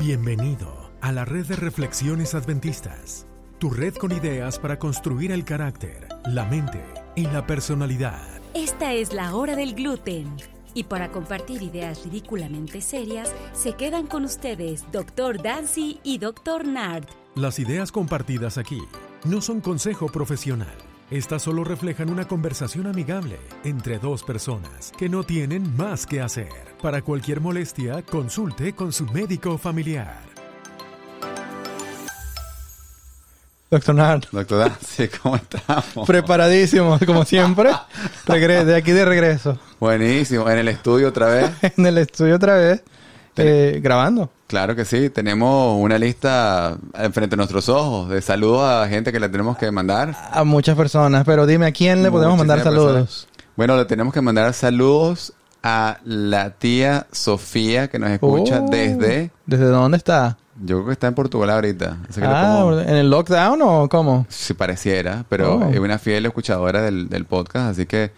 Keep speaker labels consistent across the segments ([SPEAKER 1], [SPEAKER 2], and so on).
[SPEAKER 1] Bienvenido a la red de reflexiones adventistas, tu red con ideas para construir el carácter, la mente y la personalidad.
[SPEAKER 2] Esta es la hora del gluten. Y para compartir ideas ridículamente serias, se quedan con ustedes Dr. Dancy y Dr. Nard.
[SPEAKER 1] Las ideas compartidas aquí no son consejo profesional. Estas solo reflejan una conversación amigable entre dos personas que no tienen más que hacer. Para cualquier molestia, consulte con su médico familiar.
[SPEAKER 3] Doctor Nard,
[SPEAKER 4] Doctor Dancy, ¿cómo estamos?
[SPEAKER 3] preparadísimo, como siempre. Regre- de aquí de regreso,
[SPEAKER 4] Buenísimo. En el estudio otra vez.
[SPEAKER 3] en el estudio otra vez, eh, grabando.
[SPEAKER 4] Claro que sí. Tenemos una lista enfrente de nuestros ojos de saludos a gente que le tenemos que mandar.
[SPEAKER 3] A muchas personas, pero dime, ¿a quién le podemos mandar
[SPEAKER 4] Muchísimas
[SPEAKER 3] saludos?
[SPEAKER 4] personas. Bueno, le tenemos que mandar saludos a la tía Sofía que nos escucha
[SPEAKER 3] Oh,
[SPEAKER 4] desde.
[SPEAKER 3] ¿Desde dónde está?
[SPEAKER 4] Yo creo que está en Portugal ahorita. Así que le
[SPEAKER 3] Ah,
[SPEAKER 4] pongo-
[SPEAKER 3] ¿en el lockdown o cómo?
[SPEAKER 4] si pareciera, pero
[SPEAKER 3] Oh.
[SPEAKER 4] es una fiel escuchadora del, del podcast. Así que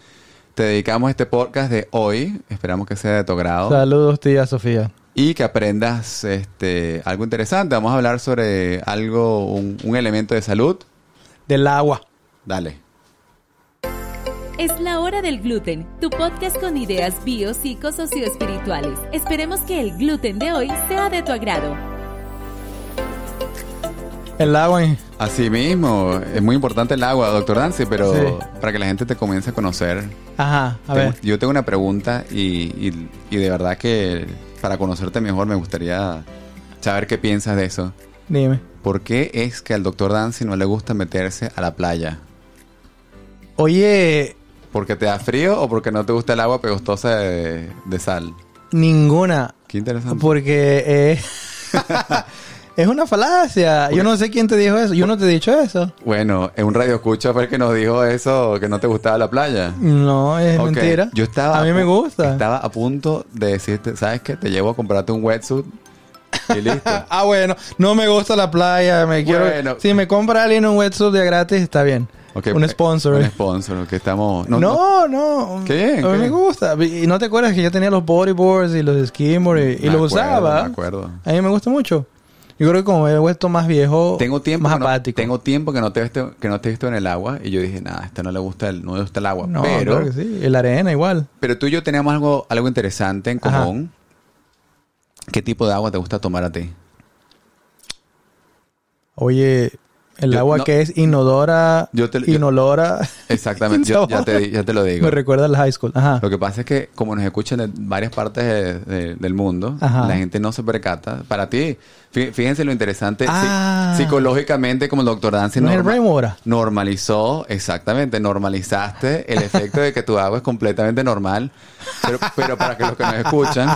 [SPEAKER 4] te dedicamos este podcast de hoy. Esperamos que sea de tu grado.
[SPEAKER 3] Saludos, tía Sofía.
[SPEAKER 4] y que aprendas este, algo interesante. Vamos a hablar sobre algo, un, un elemento de salud.
[SPEAKER 3] Del agua.
[SPEAKER 4] Dale.
[SPEAKER 2] Es la hora del gluten, tu podcast con ideas bio, psico, socioespirituales. Esperemos que el gluten de hoy sea de tu agrado.
[SPEAKER 3] El agua en-
[SPEAKER 4] Así mismo, es muy importante el agua, doctor Dancy, pero
[SPEAKER 3] Sí.
[SPEAKER 4] para que la gente te comience a conocer,
[SPEAKER 3] Ajá, a
[SPEAKER 4] tengo-
[SPEAKER 3] ver.
[SPEAKER 4] yo tengo una pregunta y, y- y de verdad que para conocerte mejor me gustaría saber qué piensas de eso.
[SPEAKER 3] Dime.
[SPEAKER 4] ¿Por qué es que al doctor Dancy no le gusta meterse a la playa?
[SPEAKER 3] Oye,
[SPEAKER 4] ¿Porque te da frío o porque no te gusta el agua pegostosa de, de sal?
[SPEAKER 3] ninguna.
[SPEAKER 4] Qué interesante.
[SPEAKER 3] Porque eh, es una falacia. Yo no sé quién te dijo eso. Yo no te he dicho eso.
[SPEAKER 4] Bueno, en un radio escucha fue el que nos dijo eso, que no te gustaba la playa.
[SPEAKER 3] No, es
[SPEAKER 4] Ok,
[SPEAKER 3] mentira.
[SPEAKER 4] Yo estaba
[SPEAKER 3] A mí
[SPEAKER 4] pu-
[SPEAKER 3] me gusta.
[SPEAKER 4] Estaba a punto de decirte, ¿sabes qué? Te llevo a comprarte un wetsuit y listo.
[SPEAKER 3] Ah, bueno, no me gusta la playa, me quiero.
[SPEAKER 4] Bueno.
[SPEAKER 3] Si me compra alguien un wetsuit de gratis, está bien.
[SPEAKER 4] Ok,
[SPEAKER 3] un
[SPEAKER 4] eh,
[SPEAKER 3] sponsor.
[SPEAKER 4] Un
[SPEAKER 3] eh.
[SPEAKER 4] sponsor, que estamos...
[SPEAKER 3] No, no.
[SPEAKER 4] Qué bien,
[SPEAKER 3] A
[SPEAKER 4] qué
[SPEAKER 3] mí me
[SPEAKER 4] bien.
[SPEAKER 3] gusta. Y no te acuerdas que yo tenía los bodyboards y los skimboards y, y
[SPEAKER 4] Me
[SPEAKER 3] los
[SPEAKER 4] acuerdo,
[SPEAKER 3] usaba.
[SPEAKER 4] me acuerdo.
[SPEAKER 3] A mí me gusta mucho. Yo creo que como me he vuelto más viejo,
[SPEAKER 4] Tengo tiempo,
[SPEAKER 3] más
[SPEAKER 4] que no,
[SPEAKER 3] apático.
[SPEAKER 4] tengo tiempo que no te he visto, que no te he visto en el agua y yo dije, nada, a esta no le gusta el, no le gusta el agua.
[SPEAKER 3] No,
[SPEAKER 4] pero,
[SPEAKER 3] claro que sí. El arena igual.
[SPEAKER 4] pero tú y yo teníamos algo, algo interesante en
[SPEAKER 3] Ajá.
[SPEAKER 4] común. ¿Qué tipo de agua te gusta tomar a ti?
[SPEAKER 3] Oye, el
[SPEAKER 4] Yo-
[SPEAKER 3] agua
[SPEAKER 4] no.
[SPEAKER 3] que es inodora,
[SPEAKER 4] Yo te- yo-
[SPEAKER 3] inolora.
[SPEAKER 4] Exactamente, yo- ya, te, di- ya te lo digo.
[SPEAKER 3] Me recuerda al high school. Ajá.
[SPEAKER 4] Lo que pasa es que como nos escuchan de varias partes de- de- del mundo,
[SPEAKER 3] Ajá.
[SPEAKER 4] la gente no se percata. Para ti, fí- fíjense lo interesante sí,
[SPEAKER 3] Ah.
[SPEAKER 4] psicológicamente como el doctor Dancy
[SPEAKER 3] No es el
[SPEAKER 4] norma-
[SPEAKER 3] Rainwater.
[SPEAKER 4] normalizó, exactamente, normalizaste el efecto de que tu agua es completamente normal. Pero, pero para que los que nos escuchan,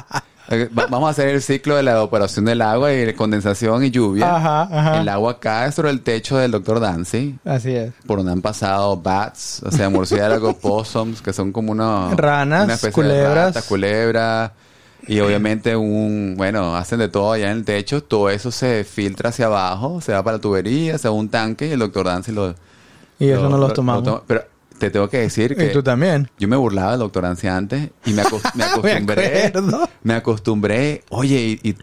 [SPEAKER 4] eh, va- vamos a hacer el ciclo de la evaporación del agua y de condensación y lluvia.
[SPEAKER 3] Ajá, ajá.
[SPEAKER 4] El agua cae sobre el techo del doctor Dancy.
[SPEAKER 3] Así es.
[SPEAKER 4] Por donde han pasado bats, o sea, murciélagos, possums, que son como unos...
[SPEAKER 3] Ranas, culebras.
[SPEAKER 4] culebras. Y obviamente un... Bueno, hacen de todo allá en el techo. Todo eso se filtra hacia abajo, se va para la tubería, se va a un tanque y el doctor Dancy lo...
[SPEAKER 3] Y eso
[SPEAKER 4] lo-
[SPEAKER 3] no los
[SPEAKER 4] lo-
[SPEAKER 3] tomamos.
[SPEAKER 4] lo toma. Pero te tengo que decir que...
[SPEAKER 3] Y tú también.
[SPEAKER 4] Yo me burlaba del doctor Ansi antes y me, acos- me
[SPEAKER 3] Me
[SPEAKER 4] acostumbré.
[SPEAKER 3] acuerdo.
[SPEAKER 4] me acostumbré. Oye, y, y,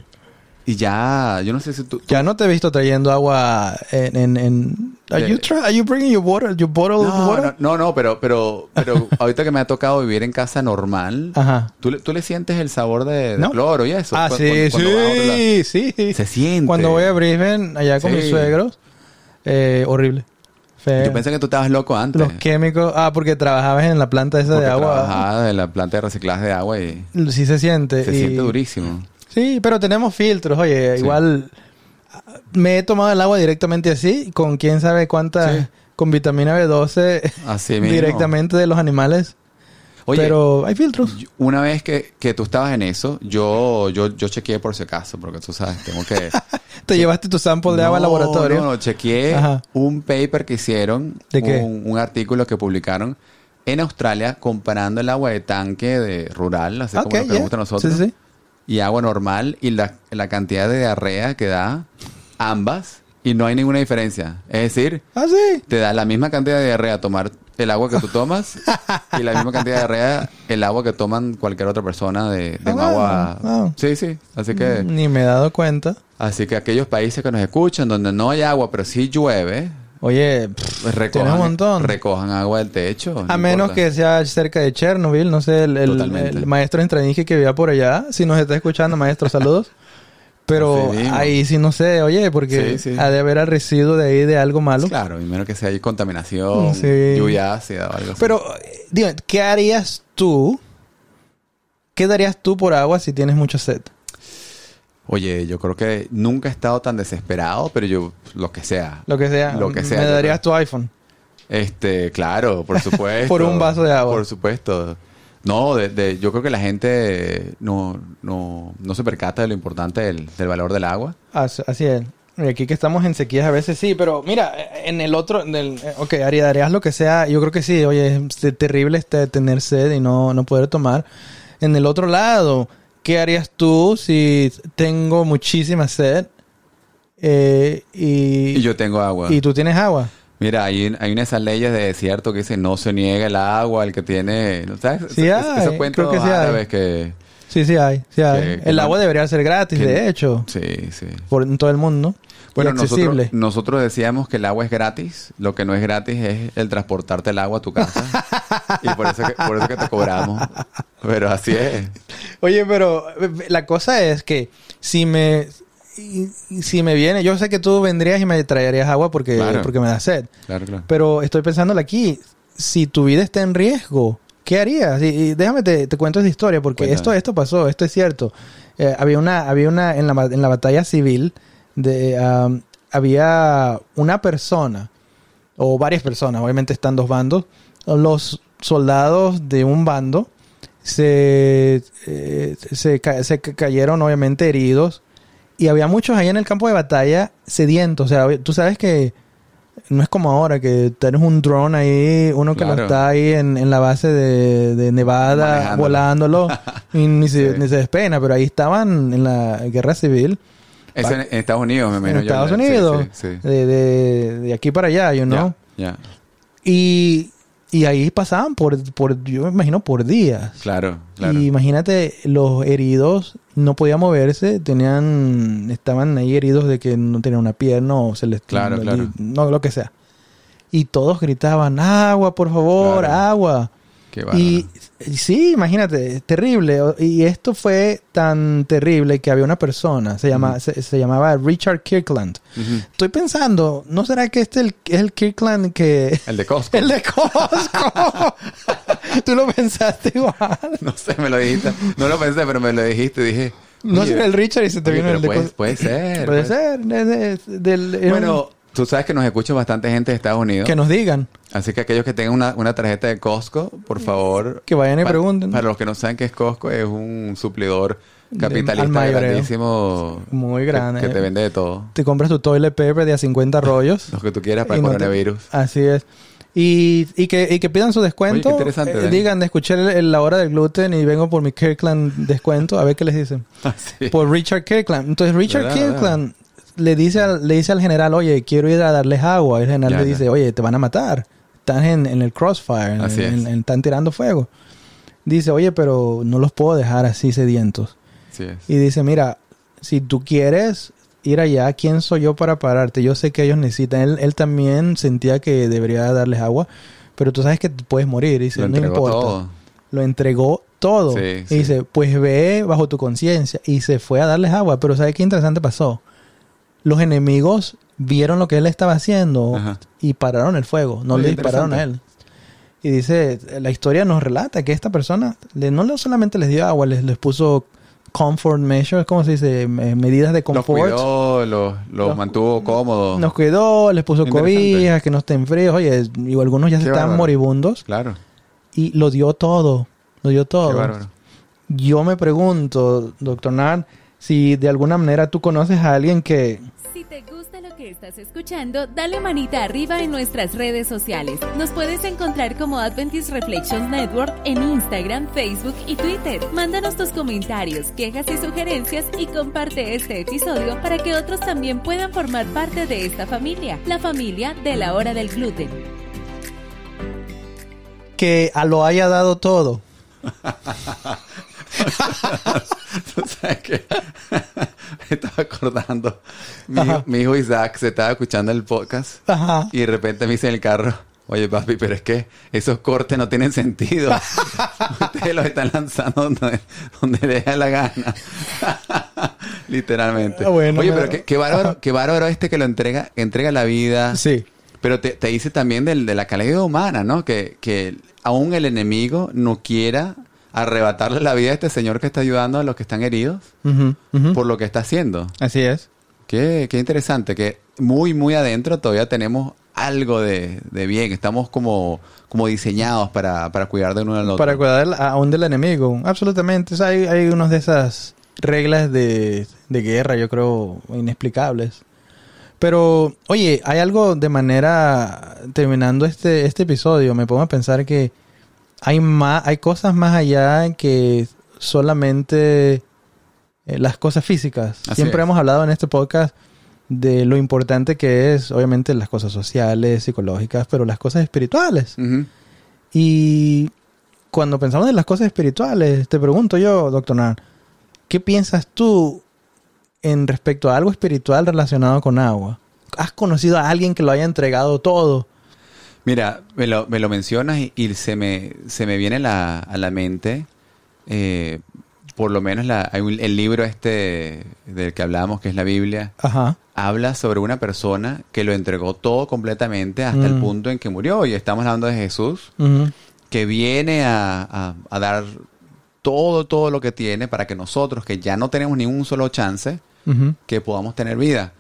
[SPEAKER 4] y ya... Yo no sé si tú...
[SPEAKER 3] Ya no te he visto trayendo agua en... en, en- are,
[SPEAKER 4] Eh.
[SPEAKER 3] you tra- are you bringing your water, your bottle of
[SPEAKER 4] No,
[SPEAKER 3] water?
[SPEAKER 4] no, no, no, pero, pero, pero ahorita que me ha tocado vivir en casa normal,
[SPEAKER 3] Ajá.
[SPEAKER 4] ¿tú, le- tú le sientes el sabor de, de
[SPEAKER 3] No.
[SPEAKER 4] cloro y eso.
[SPEAKER 3] Ah,
[SPEAKER 4] Cu-
[SPEAKER 3] sí,
[SPEAKER 4] cuando- cuando vas a otro lado.
[SPEAKER 3] sí, sí.
[SPEAKER 4] Se siente.
[SPEAKER 3] Cuando voy a Brisbane, allá con
[SPEAKER 4] Sí.
[SPEAKER 3] mis suegros, eh, horrible. Feo.
[SPEAKER 4] Yo pensé que tú estabas loco antes.
[SPEAKER 3] Los químicos... Ah, porque trabajabas en la planta esa
[SPEAKER 4] porque
[SPEAKER 3] de agua.
[SPEAKER 4] trabajabas de la planta de reciclaje de agua y
[SPEAKER 3] Sí se siente.
[SPEAKER 4] se
[SPEAKER 3] y-
[SPEAKER 4] siente durísimo.
[SPEAKER 3] Sí, pero tenemos filtros. Oye,
[SPEAKER 4] Sí.
[SPEAKER 3] igual me he tomado el agua directamente así, con quién sabe cuánta...
[SPEAKER 4] Sí.
[SPEAKER 3] Con vitamina B12
[SPEAKER 4] Así mismo.
[SPEAKER 3] directamente de los animales.
[SPEAKER 4] Oye,
[SPEAKER 3] pero hay filtros.
[SPEAKER 4] yo- una vez que, que tú estabas en eso, yo, yo, yo chequeé por si acaso, porque tú sabes, tengo que...
[SPEAKER 3] Te llevaste tu sample de agua pues, al
[SPEAKER 4] No,
[SPEAKER 3] laboratorio.
[SPEAKER 4] No, no, chequeé
[SPEAKER 3] Ajá.
[SPEAKER 4] un paper que hicieron,
[SPEAKER 3] ¿De qué?
[SPEAKER 4] Un, un artículo que publicaron en Australia comparando el agua de tanque de rural, así
[SPEAKER 3] Ah, Ok,
[SPEAKER 4] como lo que
[SPEAKER 3] yeah.
[SPEAKER 4] nos gusta a nosotros,
[SPEAKER 3] Sí, sí, sí.
[SPEAKER 4] y agua normal y la, la cantidad de diarrea que da ambas y no hay ninguna diferencia. Es decir,
[SPEAKER 3] Ah, sí.
[SPEAKER 4] te da la misma cantidad de diarrea tomar el agua que tú tomas y la misma cantidad de diarrea el agua que toman cualquier otra persona de, de un
[SPEAKER 3] Ah,
[SPEAKER 4] agua.
[SPEAKER 3] wow. Mm,
[SPEAKER 4] Sí, sí. Así que,
[SPEAKER 3] Ni me he dado cuenta.
[SPEAKER 4] así que aquellos países que nos escuchan donde no hay agua, pero sí llueve,
[SPEAKER 3] Oye, pff,
[SPEAKER 4] pues recojan,
[SPEAKER 3] Tiene un montón.
[SPEAKER 4] recojan agua del techo.
[SPEAKER 3] a menos que sea cerca de Chernobyl, no sé, el, el-
[SPEAKER 4] Totalmente.
[SPEAKER 3] el maestro Entranije que vivía por allá, si nos está escuchando, maestro, saludos. Pero
[SPEAKER 4] Sí, mismo.
[SPEAKER 3] ahí sí no sé, oye, porque
[SPEAKER 4] Sí, sí.
[SPEAKER 3] ha de haber al residuo de ahí de algo malo.
[SPEAKER 4] Claro, y menos que sea ahí contaminación,
[SPEAKER 3] Sí.
[SPEAKER 4] lluvia ácida o algo así.
[SPEAKER 3] Pero, eh, dime, ¿qué harías tú? ¿Qué darías tú por agua si tienes mucha sed?
[SPEAKER 4] Oye, yo creo que nunca he estado tan desesperado, pero yo, lo que sea.
[SPEAKER 3] Lo que sea.
[SPEAKER 4] Lo que sea,
[SPEAKER 3] Me
[SPEAKER 4] yo
[SPEAKER 3] darías tu iPhone.
[SPEAKER 4] Este, claro, por supuesto.
[SPEAKER 3] Por un vaso de agua.
[SPEAKER 4] Por supuesto. No, de- de- yo creo que la gente no, no, no se percata de lo importante del, del valor del agua.
[SPEAKER 3] As- Así es. Y aquí que estamos en sequías a veces sí, pero mira, eh, en el otro, en el- eh, ok, Ari, darías lo que sea, yo creo que sí, oye, es te- terrible este tener sed y no, no poder tomar. En el otro lado, ¿qué harías tú si tengo muchísima sed eh, y,
[SPEAKER 4] Y yo tengo agua.
[SPEAKER 3] y tú tienes agua?
[SPEAKER 4] Mira, hay, un- hay una de esas leyes de desierto que dice no se niega el agua al que tiene... ¿no ¿Sabes?
[SPEAKER 3] Sí hay,
[SPEAKER 4] esos cuentos
[SPEAKER 3] creo que sí hay.
[SPEAKER 4] árabes que...
[SPEAKER 3] Sí, sí hay, sí hay.
[SPEAKER 4] Que- que
[SPEAKER 3] el
[SPEAKER 4] no-
[SPEAKER 3] agua debería ser gratis,
[SPEAKER 4] que-
[SPEAKER 3] de hecho,
[SPEAKER 4] Sí, sí.
[SPEAKER 3] por en todo el mundo. y
[SPEAKER 4] Bueno,
[SPEAKER 3] accesible.
[SPEAKER 4] nosotros, nosotros decíamos que el agua es gratis. Lo que no es gratis es el transportarte el agua a tu casa. y por eso, que, por eso que te cobramos. Pero así es.
[SPEAKER 3] Oye, pero eh, la cosa es que si me y- y si me viene, yo sé que tú vendrías y me traerías agua porque,
[SPEAKER 4] Claro.
[SPEAKER 3] porque me da sed,
[SPEAKER 4] Claro, claro.
[SPEAKER 3] pero estoy pensándolo aquí, si tu vida está en riesgo, ¿qué harías? Y, y déjame te, te cuento esa historia porque
[SPEAKER 4] Cuéntame.
[SPEAKER 3] esto esto pasó, esto es cierto. Eh, había una había una en la, ma- en la batalla civil de um, había una persona o varias personas, obviamente están dos bandos, los soldados de un bando se, eh, se, ca- se ca- cayeron obviamente heridos y había muchos ahí en el campo de batalla sedientos, o sea, tú sabes que no es como ahora que tienes un dron ahí, uno que lo
[SPEAKER 4] Claro.
[SPEAKER 3] está ahí en, en la base de, de Nevada
[SPEAKER 4] Manejándolo.
[SPEAKER 3] volándolo y ni se,
[SPEAKER 4] Sí.
[SPEAKER 3] ni se despena, pero ahí estaban en la guerra civil
[SPEAKER 4] Eso en, en Estados Unidos, me
[SPEAKER 3] en
[SPEAKER 4] imagino. yo.
[SPEAKER 3] Estados
[SPEAKER 4] Sí,
[SPEAKER 3] Unidos, Eh,
[SPEAKER 4] Sí, sí.
[SPEAKER 3] De, de- de aquí para allá, you know.
[SPEAKER 4] Ya, ya.
[SPEAKER 3] Y, y ahí pasaban por, por, yo me imagino, por días.
[SPEAKER 4] Claro, claro.
[SPEAKER 3] Y imagínate, los heridos no podían moverse, tenían, estaban ahí heridos de que no tenían una pierna o se les...
[SPEAKER 4] Claro,
[SPEAKER 3] no,
[SPEAKER 4] claro.
[SPEAKER 3] No, lo que sea. Y todos gritaban, agua, por favor,
[SPEAKER 4] Claro.
[SPEAKER 3] agua.
[SPEAKER 4] Qué
[SPEAKER 3] Y
[SPEAKER 4] bárbaro.
[SPEAKER 3] sí, imagínate, es terrible. O- Y esto fue tan terrible que había una persona, se, llama, se, se llamaba Richard Kirkland.
[SPEAKER 4] Ujú.
[SPEAKER 3] Estoy pensando, ¿no será que este el- es el Kirkland que...
[SPEAKER 4] El de Costco.
[SPEAKER 3] El de Costco. Tú lo pensaste igual.
[SPEAKER 4] No sé, me lo dijiste. No lo pensé, pero me lo dijiste. Dije.
[SPEAKER 3] No
[SPEAKER 4] oye,
[SPEAKER 3] será el Richard y se te
[SPEAKER 4] oye,
[SPEAKER 3] vino
[SPEAKER 4] pero
[SPEAKER 3] el de
[SPEAKER 4] puede-
[SPEAKER 3] Costco.
[SPEAKER 4] puede ser,
[SPEAKER 3] Puede
[SPEAKER 4] puede-
[SPEAKER 3] ser. es de- del- era
[SPEAKER 4] Bueno, tú sabes que nos escucha bastante gente de Estados
[SPEAKER 3] un-
[SPEAKER 4] Unidos.
[SPEAKER 3] que nos digan.
[SPEAKER 4] Así que aquellos que tengan una, una tarjeta de Costco, por favor.
[SPEAKER 3] Mm. Que vayan y
[SPEAKER 4] pa-
[SPEAKER 3] pregunten.
[SPEAKER 4] Para los que no saben qué es Costco, es un suplidor
[SPEAKER 3] De- al
[SPEAKER 4] capitalista
[SPEAKER 3] mayoreo.
[SPEAKER 4] grandísimo.
[SPEAKER 3] Muy
[SPEAKER 4] que-
[SPEAKER 3] grande.
[SPEAKER 4] Que, te vende de todo.
[SPEAKER 3] Te compras tu toilet paper de a 50 rollos.
[SPEAKER 4] Lo que tú quieras para
[SPEAKER 3] Y
[SPEAKER 4] el
[SPEAKER 3] no te-
[SPEAKER 4] coronavirus.
[SPEAKER 3] así es. Y, y que, y que pidan su descuento. Eh,
[SPEAKER 4] Oye, qué interesante, ¿eh? Dani.
[SPEAKER 3] digan, escuché el- el- la hora del gluten y vengo por mi Kirkland descuento. A ver qué les dicen.
[SPEAKER 4] Así.
[SPEAKER 3] Por Richard Kirkland. Entonces Richard
[SPEAKER 4] ¿Verdad,
[SPEAKER 3] Kirkland le dice, al, le dice al general, oye, quiero ir a darles agua. Y el general
[SPEAKER 4] Ya,
[SPEAKER 3] le
[SPEAKER 4] ya.
[SPEAKER 3] dice, oye, te van a matar. Están en, en el crossfire. en-
[SPEAKER 4] Así es.
[SPEAKER 3] en- en- están tirando fuego. Dice, oye, pero no los puedo dejar así sedientos.
[SPEAKER 4] Así es.
[SPEAKER 3] Y dice, mira, si tú quieres ir allá, ¿quién soy yo para pararte? Yo sé que ellos necesitan. Él, él también sentía que debería darles agua, pero tú sabes que te puedes morir. Dice,
[SPEAKER 4] Lo
[SPEAKER 3] no
[SPEAKER 4] entregó
[SPEAKER 3] importa.
[SPEAKER 4] todo.
[SPEAKER 3] Lo entregó todo.
[SPEAKER 4] Sí,
[SPEAKER 3] y
[SPEAKER 4] sí.
[SPEAKER 3] dice, pues ve bajo tu conciencia. Y se fue a darles agua. Pero ¿sabes qué interesante pasó? Los enemigos vieron lo que él estaba haciendo
[SPEAKER 4] Ajá.
[SPEAKER 3] y pararon el fuego. No
[SPEAKER 4] Oye,
[SPEAKER 3] le dispararon a él.
[SPEAKER 4] interesante.
[SPEAKER 3] Y dice, la historia nos relata que esta persona le- no le- solamente les dio agua, les, les puso comfort measures, ¿cómo se dice? Eh, medidas de
[SPEAKER 4] Los
[SPEAKER 3] confort.
[SPEAKER 4] cuidó, los, los
[SPEAKER 3] Los-
[SPEAKER 4] mantuvo cómodos.
[SPEAKER 3] Nos cuidó, les puso
[SPEAKER 4] Interesante.
[SPEAKER 3] cobijas, que no estén fríos. Oye, y algunos ya
[SPEAKER 4] Qué
[SPEAKER 3] se estaban
[SPEAKER 4] bárbaro.
[SPEAKER 3] moribundos.
[SPEAKER 4] Claro.
[SPEAKER 3] Y lo dio todo. Lo dio
[SPEAKER 4] Qué
[SPEAKER 3] todo.
[SPEAKER 4] bárbaro.
[SPEAKER 3] Yo me pregunto, doctor Nard, si de alguna manera tú conoces a alguien que...
[SPEAKER 2] Si te gusta lo que estás escuchando, dale manita arriba en nuestras redes sociales. Nos puedes encontrar como Adventist Reflections Network en Instagram, Facebook y Twitter. Mándanos tus comentarios, quejas y sugerencias y comparte este episodio para que otros también puedan formar parte de esta familia, la familia de la hora del gluten.
[SPEAKER 3] que a lo haya dado todo.
[SPEAKER 4] Tú sabes que me estaba acordando. Mi, hijo- mi hijo Isaac se estaba escuchando el podcast
[SPEAKER 3] Ajá.
[SPEAKER 4] y de repente me dice en el carro, oye papi, pero es que esos cortes no tienen sentido. Ustedes los están lanzando donde, donde les da la gana. Literalmente.
[SPEAKER 3] Ah, bueno,
[SPEAKER 4] oye,
[SPEAKER 3] pero-
[SPEAKER 4] pero qué, qué bárbaro, qué bárbaro este que lo entrega, entrega la vida.
[SPEAKER 3] Sí.
[SPEAKER 4] Pero te, te dice también del- de la calidad humana, ¿no? Que, que aún el enemigo no quiera arrebatarle la vida a este señor que está ayudando a los que están heridos
[SPEAKER 3] Ujú, ujú.
[SPEAKER 4] por lo que está haciendo.
[SPEAKER 3] Así es.
[SPEAKER 4] Qué, qué interesante, que muy, muy adentro todavía tenemos algo de, de bien. Estamos como, como diseñados para, para cuidar de uno al otro.
[SPEAKER 3] Para cuidar aún del enemigo. Absolutamente. O sea, hay, hay unas de esas reglas de, de guerra, yo creo, inexplicables. Pero, oye, hay algo de manera, terminando este, este episodio, me pongo a pensar que hay, más, hay cosas más allá que solamente eh, las cosas físicas.
[SPEAKER 4] Así
[SPEAKER 3] Siempre
[SPEAKER 4] es.
[SPEAKER 3] hemos hablado en este podcast de lo importante que es, obviamente, las cosas sociales, psicológicas, pero las cosas espirituales.
[SPEAKER 4] Ujú.
[SPEAKER 3] Y cuando pensamos en las cosas espirituales, te pregunto yo, doctor Nan, ¿qué piensas tú en respecto a algo espiritual relacionado con agua? ¿Has conocido a alguien que lo haya entregado todo?
[SPEAKER 4] Mira, me lo, me lo mencionas y, y se, me, se me viene la- a la mente, eh, por lo menos la- hay un- el libro este del que hablábamos, que es la Biblia,
[SPEAKER 3] Ajá.
[SPEAKER 4] habla sobre una persona que lo entregó todo completamente hasta
[SPEAKER 3] Mm.
[SPEAKER 4] el punto en que murió. Y estamos hablando de Jesús,
[SPEAKER 3] Ujú.
[SPEAKER 4] que viene a, a- a dar todo, todo lo que tiene para que nosotros, que ya no tenemos ni un solo chance,
[SPEAKER 3] Ujú.
[SPEAKER 4] que podamos tener vida.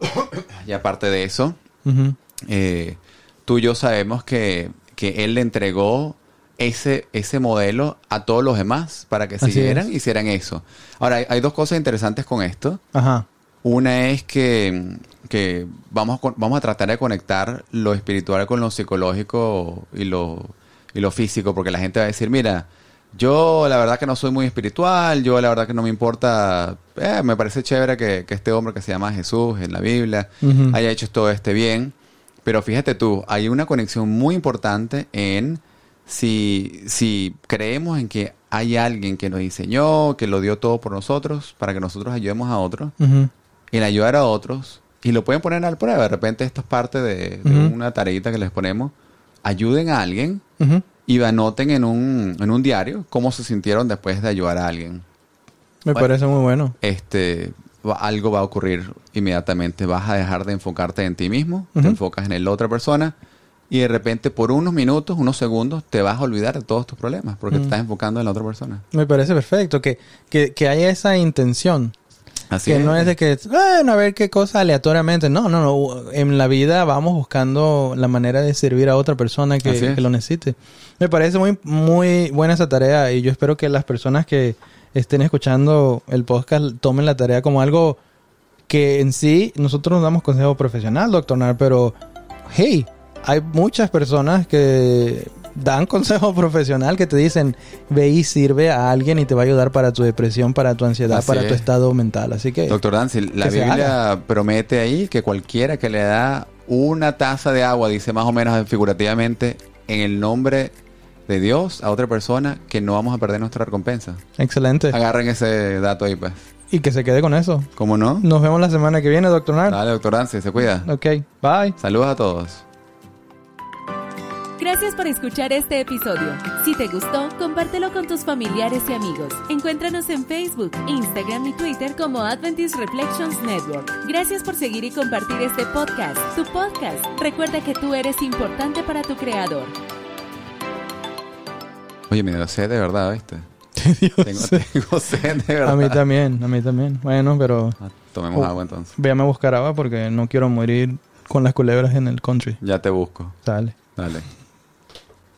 [SPEAKER 4] y aparte de eso,
[SPEAKER 3] Ujú.
[SPEAKER 4] eh, tú y yo sabemos que, que él le entregó ese, ese modelo a todos los demás para que
[SPEAKER 3] Así
[SPEAKER 4] siguieran
[SPEAKER 3] es.
[SPEAKER 4] y hicieran eso. Ahora, hay, hay dos cosas interesantes con esto.
[SPEAKER 3] Ajá.
[SPEAKER 4] Una es que, que vamos, a, con- vamos a tratar de conectar lo espiritual con lo psicológico y lo, y lo físico, porque la gente va a decir, mira, yo la verdad que no soy muy espiritual, yo la verdad que no me importa, eh, me parece chévere que, que este hombre que se llama Jesús en la Biblia
[SPEAKER 3] Ujú.
[SPEAKER 4] haya hecho todo este bien, pero fíjate tú, hay una conexión muy importante en si, si creemos en que hay alguien que nos diseñó, que lo dio todo por nosotros, para que nosotros ayudemos a otros
[SPEAKER 3] Ujú.
[SPEAKER 4] el ayudar a otros y lo pueden poner a la prueba. De repente esto es parte de, de
[SPEAKER 3] Ujú.
[SPEAKER 4] una tareita que les ponemos. Ayuden a alguien
[SPEAKER 3] Ujú.
[SPEAKER 4] y anoten en un, en un diario cómo se sintieron después de ayudar a alguien.
[SPEAKER 3] Me
[SPEAKER 4] Bueno.
[SPEAKER 3] parece muy bueno.
[SPEAKER 4] Este, va- algo va a ocurrir inmediatamente. Vas a dejar de enfocarte en ti mismo,
[SPEAKER 3] Ujú.
[SPEAKER 4] te enfocas en la otra persona y de repente por unos minutos, unos segundos, te vas a olvidar de todos tus problemas porque te estás enfocando en la otra persona.
[SPEAKER 3] Me parece perfecto que, que, que haya esa intención.
[SPEAKER 4] Así
[SPEAKER 3] que no es de que, bueno, a ver qué cosa aleatoriamente. No, no, no. En la vida vamos buscando la manera de servir a otra persona que,
[SPEAKER 4] Así es.
[SPEAKER 3] que lo necesite. Me parece muy, muy buena esa tarea y yo espero que las personas que estén escuchando el podcast tomen la tarea como algo que en sí nosotros nos damos consejo profesional, doctor Nar, pero hey, hay muchas personas que dan consejo profesional que te dicen, ve y sirve a alguien y te va a ayudar para tu depresión, para tu ansiedad,
[SPEAKER 4] Así
[SPEAKER 3] para tu
[SPEAKER 4] es.
[SPEAKER 3] estado mental. Así que...
[SPEAKER 4] Doctor Dancy, la
[SPEAKER 3] que se
[SPEAKER 4] Biblia promete ahí que cualquiera que le da una taza de agua, dice más o menos figurativamente, en el nombre de Dios a otra persona, que no vamos a perder nuestra recompensa.
[SPEAKER 3] Excelente.
[SPEAKER 4] Agarren ese dato ahí, pues.
[SPEAKER 3] Y que se quede con eso.
[SPEAKER 4] ¿Cómo no?
[SPEAKER 3] Nos vemos la semana que viene, doctor Nar.
[SPEAKER 4] Dale, doctor Dancy, se cuida.
[SPEAKER 3] Ok, bye.
[SPEAKER 4] Saludos a todos.
[SPEAKER 2] Gracias por escuchar este episodio. Si te gustó, compártelo con tus familiares y amigos. Encuéntranos en Facebook, Instagram y Twitter como Adventist Reflections Network. Gracias por seguir y compartir este podcast, tu podcast. Recuerda que tú eres importante para tu creador.
[SPEAKER 4] Oye, me dio sed de verdad, ¿viste? Tengo, tengo sed de verdad.
[SPEAKER 3] A mí también, a mí también. Bueno, pero
[SPEAKER 4] Ah, Tomemos
[SPEAKER 3] Oh.
[SPEAKER 4] agua entonces.
[SPEAKER 3] véame a buscar agua porque no quiero morir con las culebras en el country.
[SPEAKER 4] Ya te busco.
[SPEAKER 3] Dale.
[SPEAKER 4] Dale.